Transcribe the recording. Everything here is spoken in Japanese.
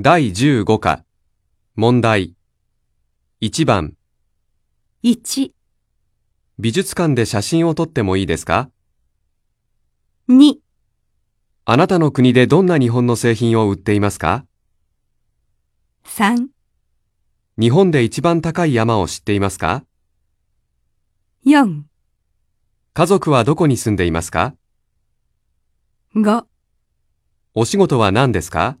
第15課、問題。1番、 1、美術館で写真を撮ってもいいですか2、あなたの国でどんな日本の製品を売っていますか3、日本で一番高い山を知っていますか4、家族はどこに住んでいますか5お仕事は何ですか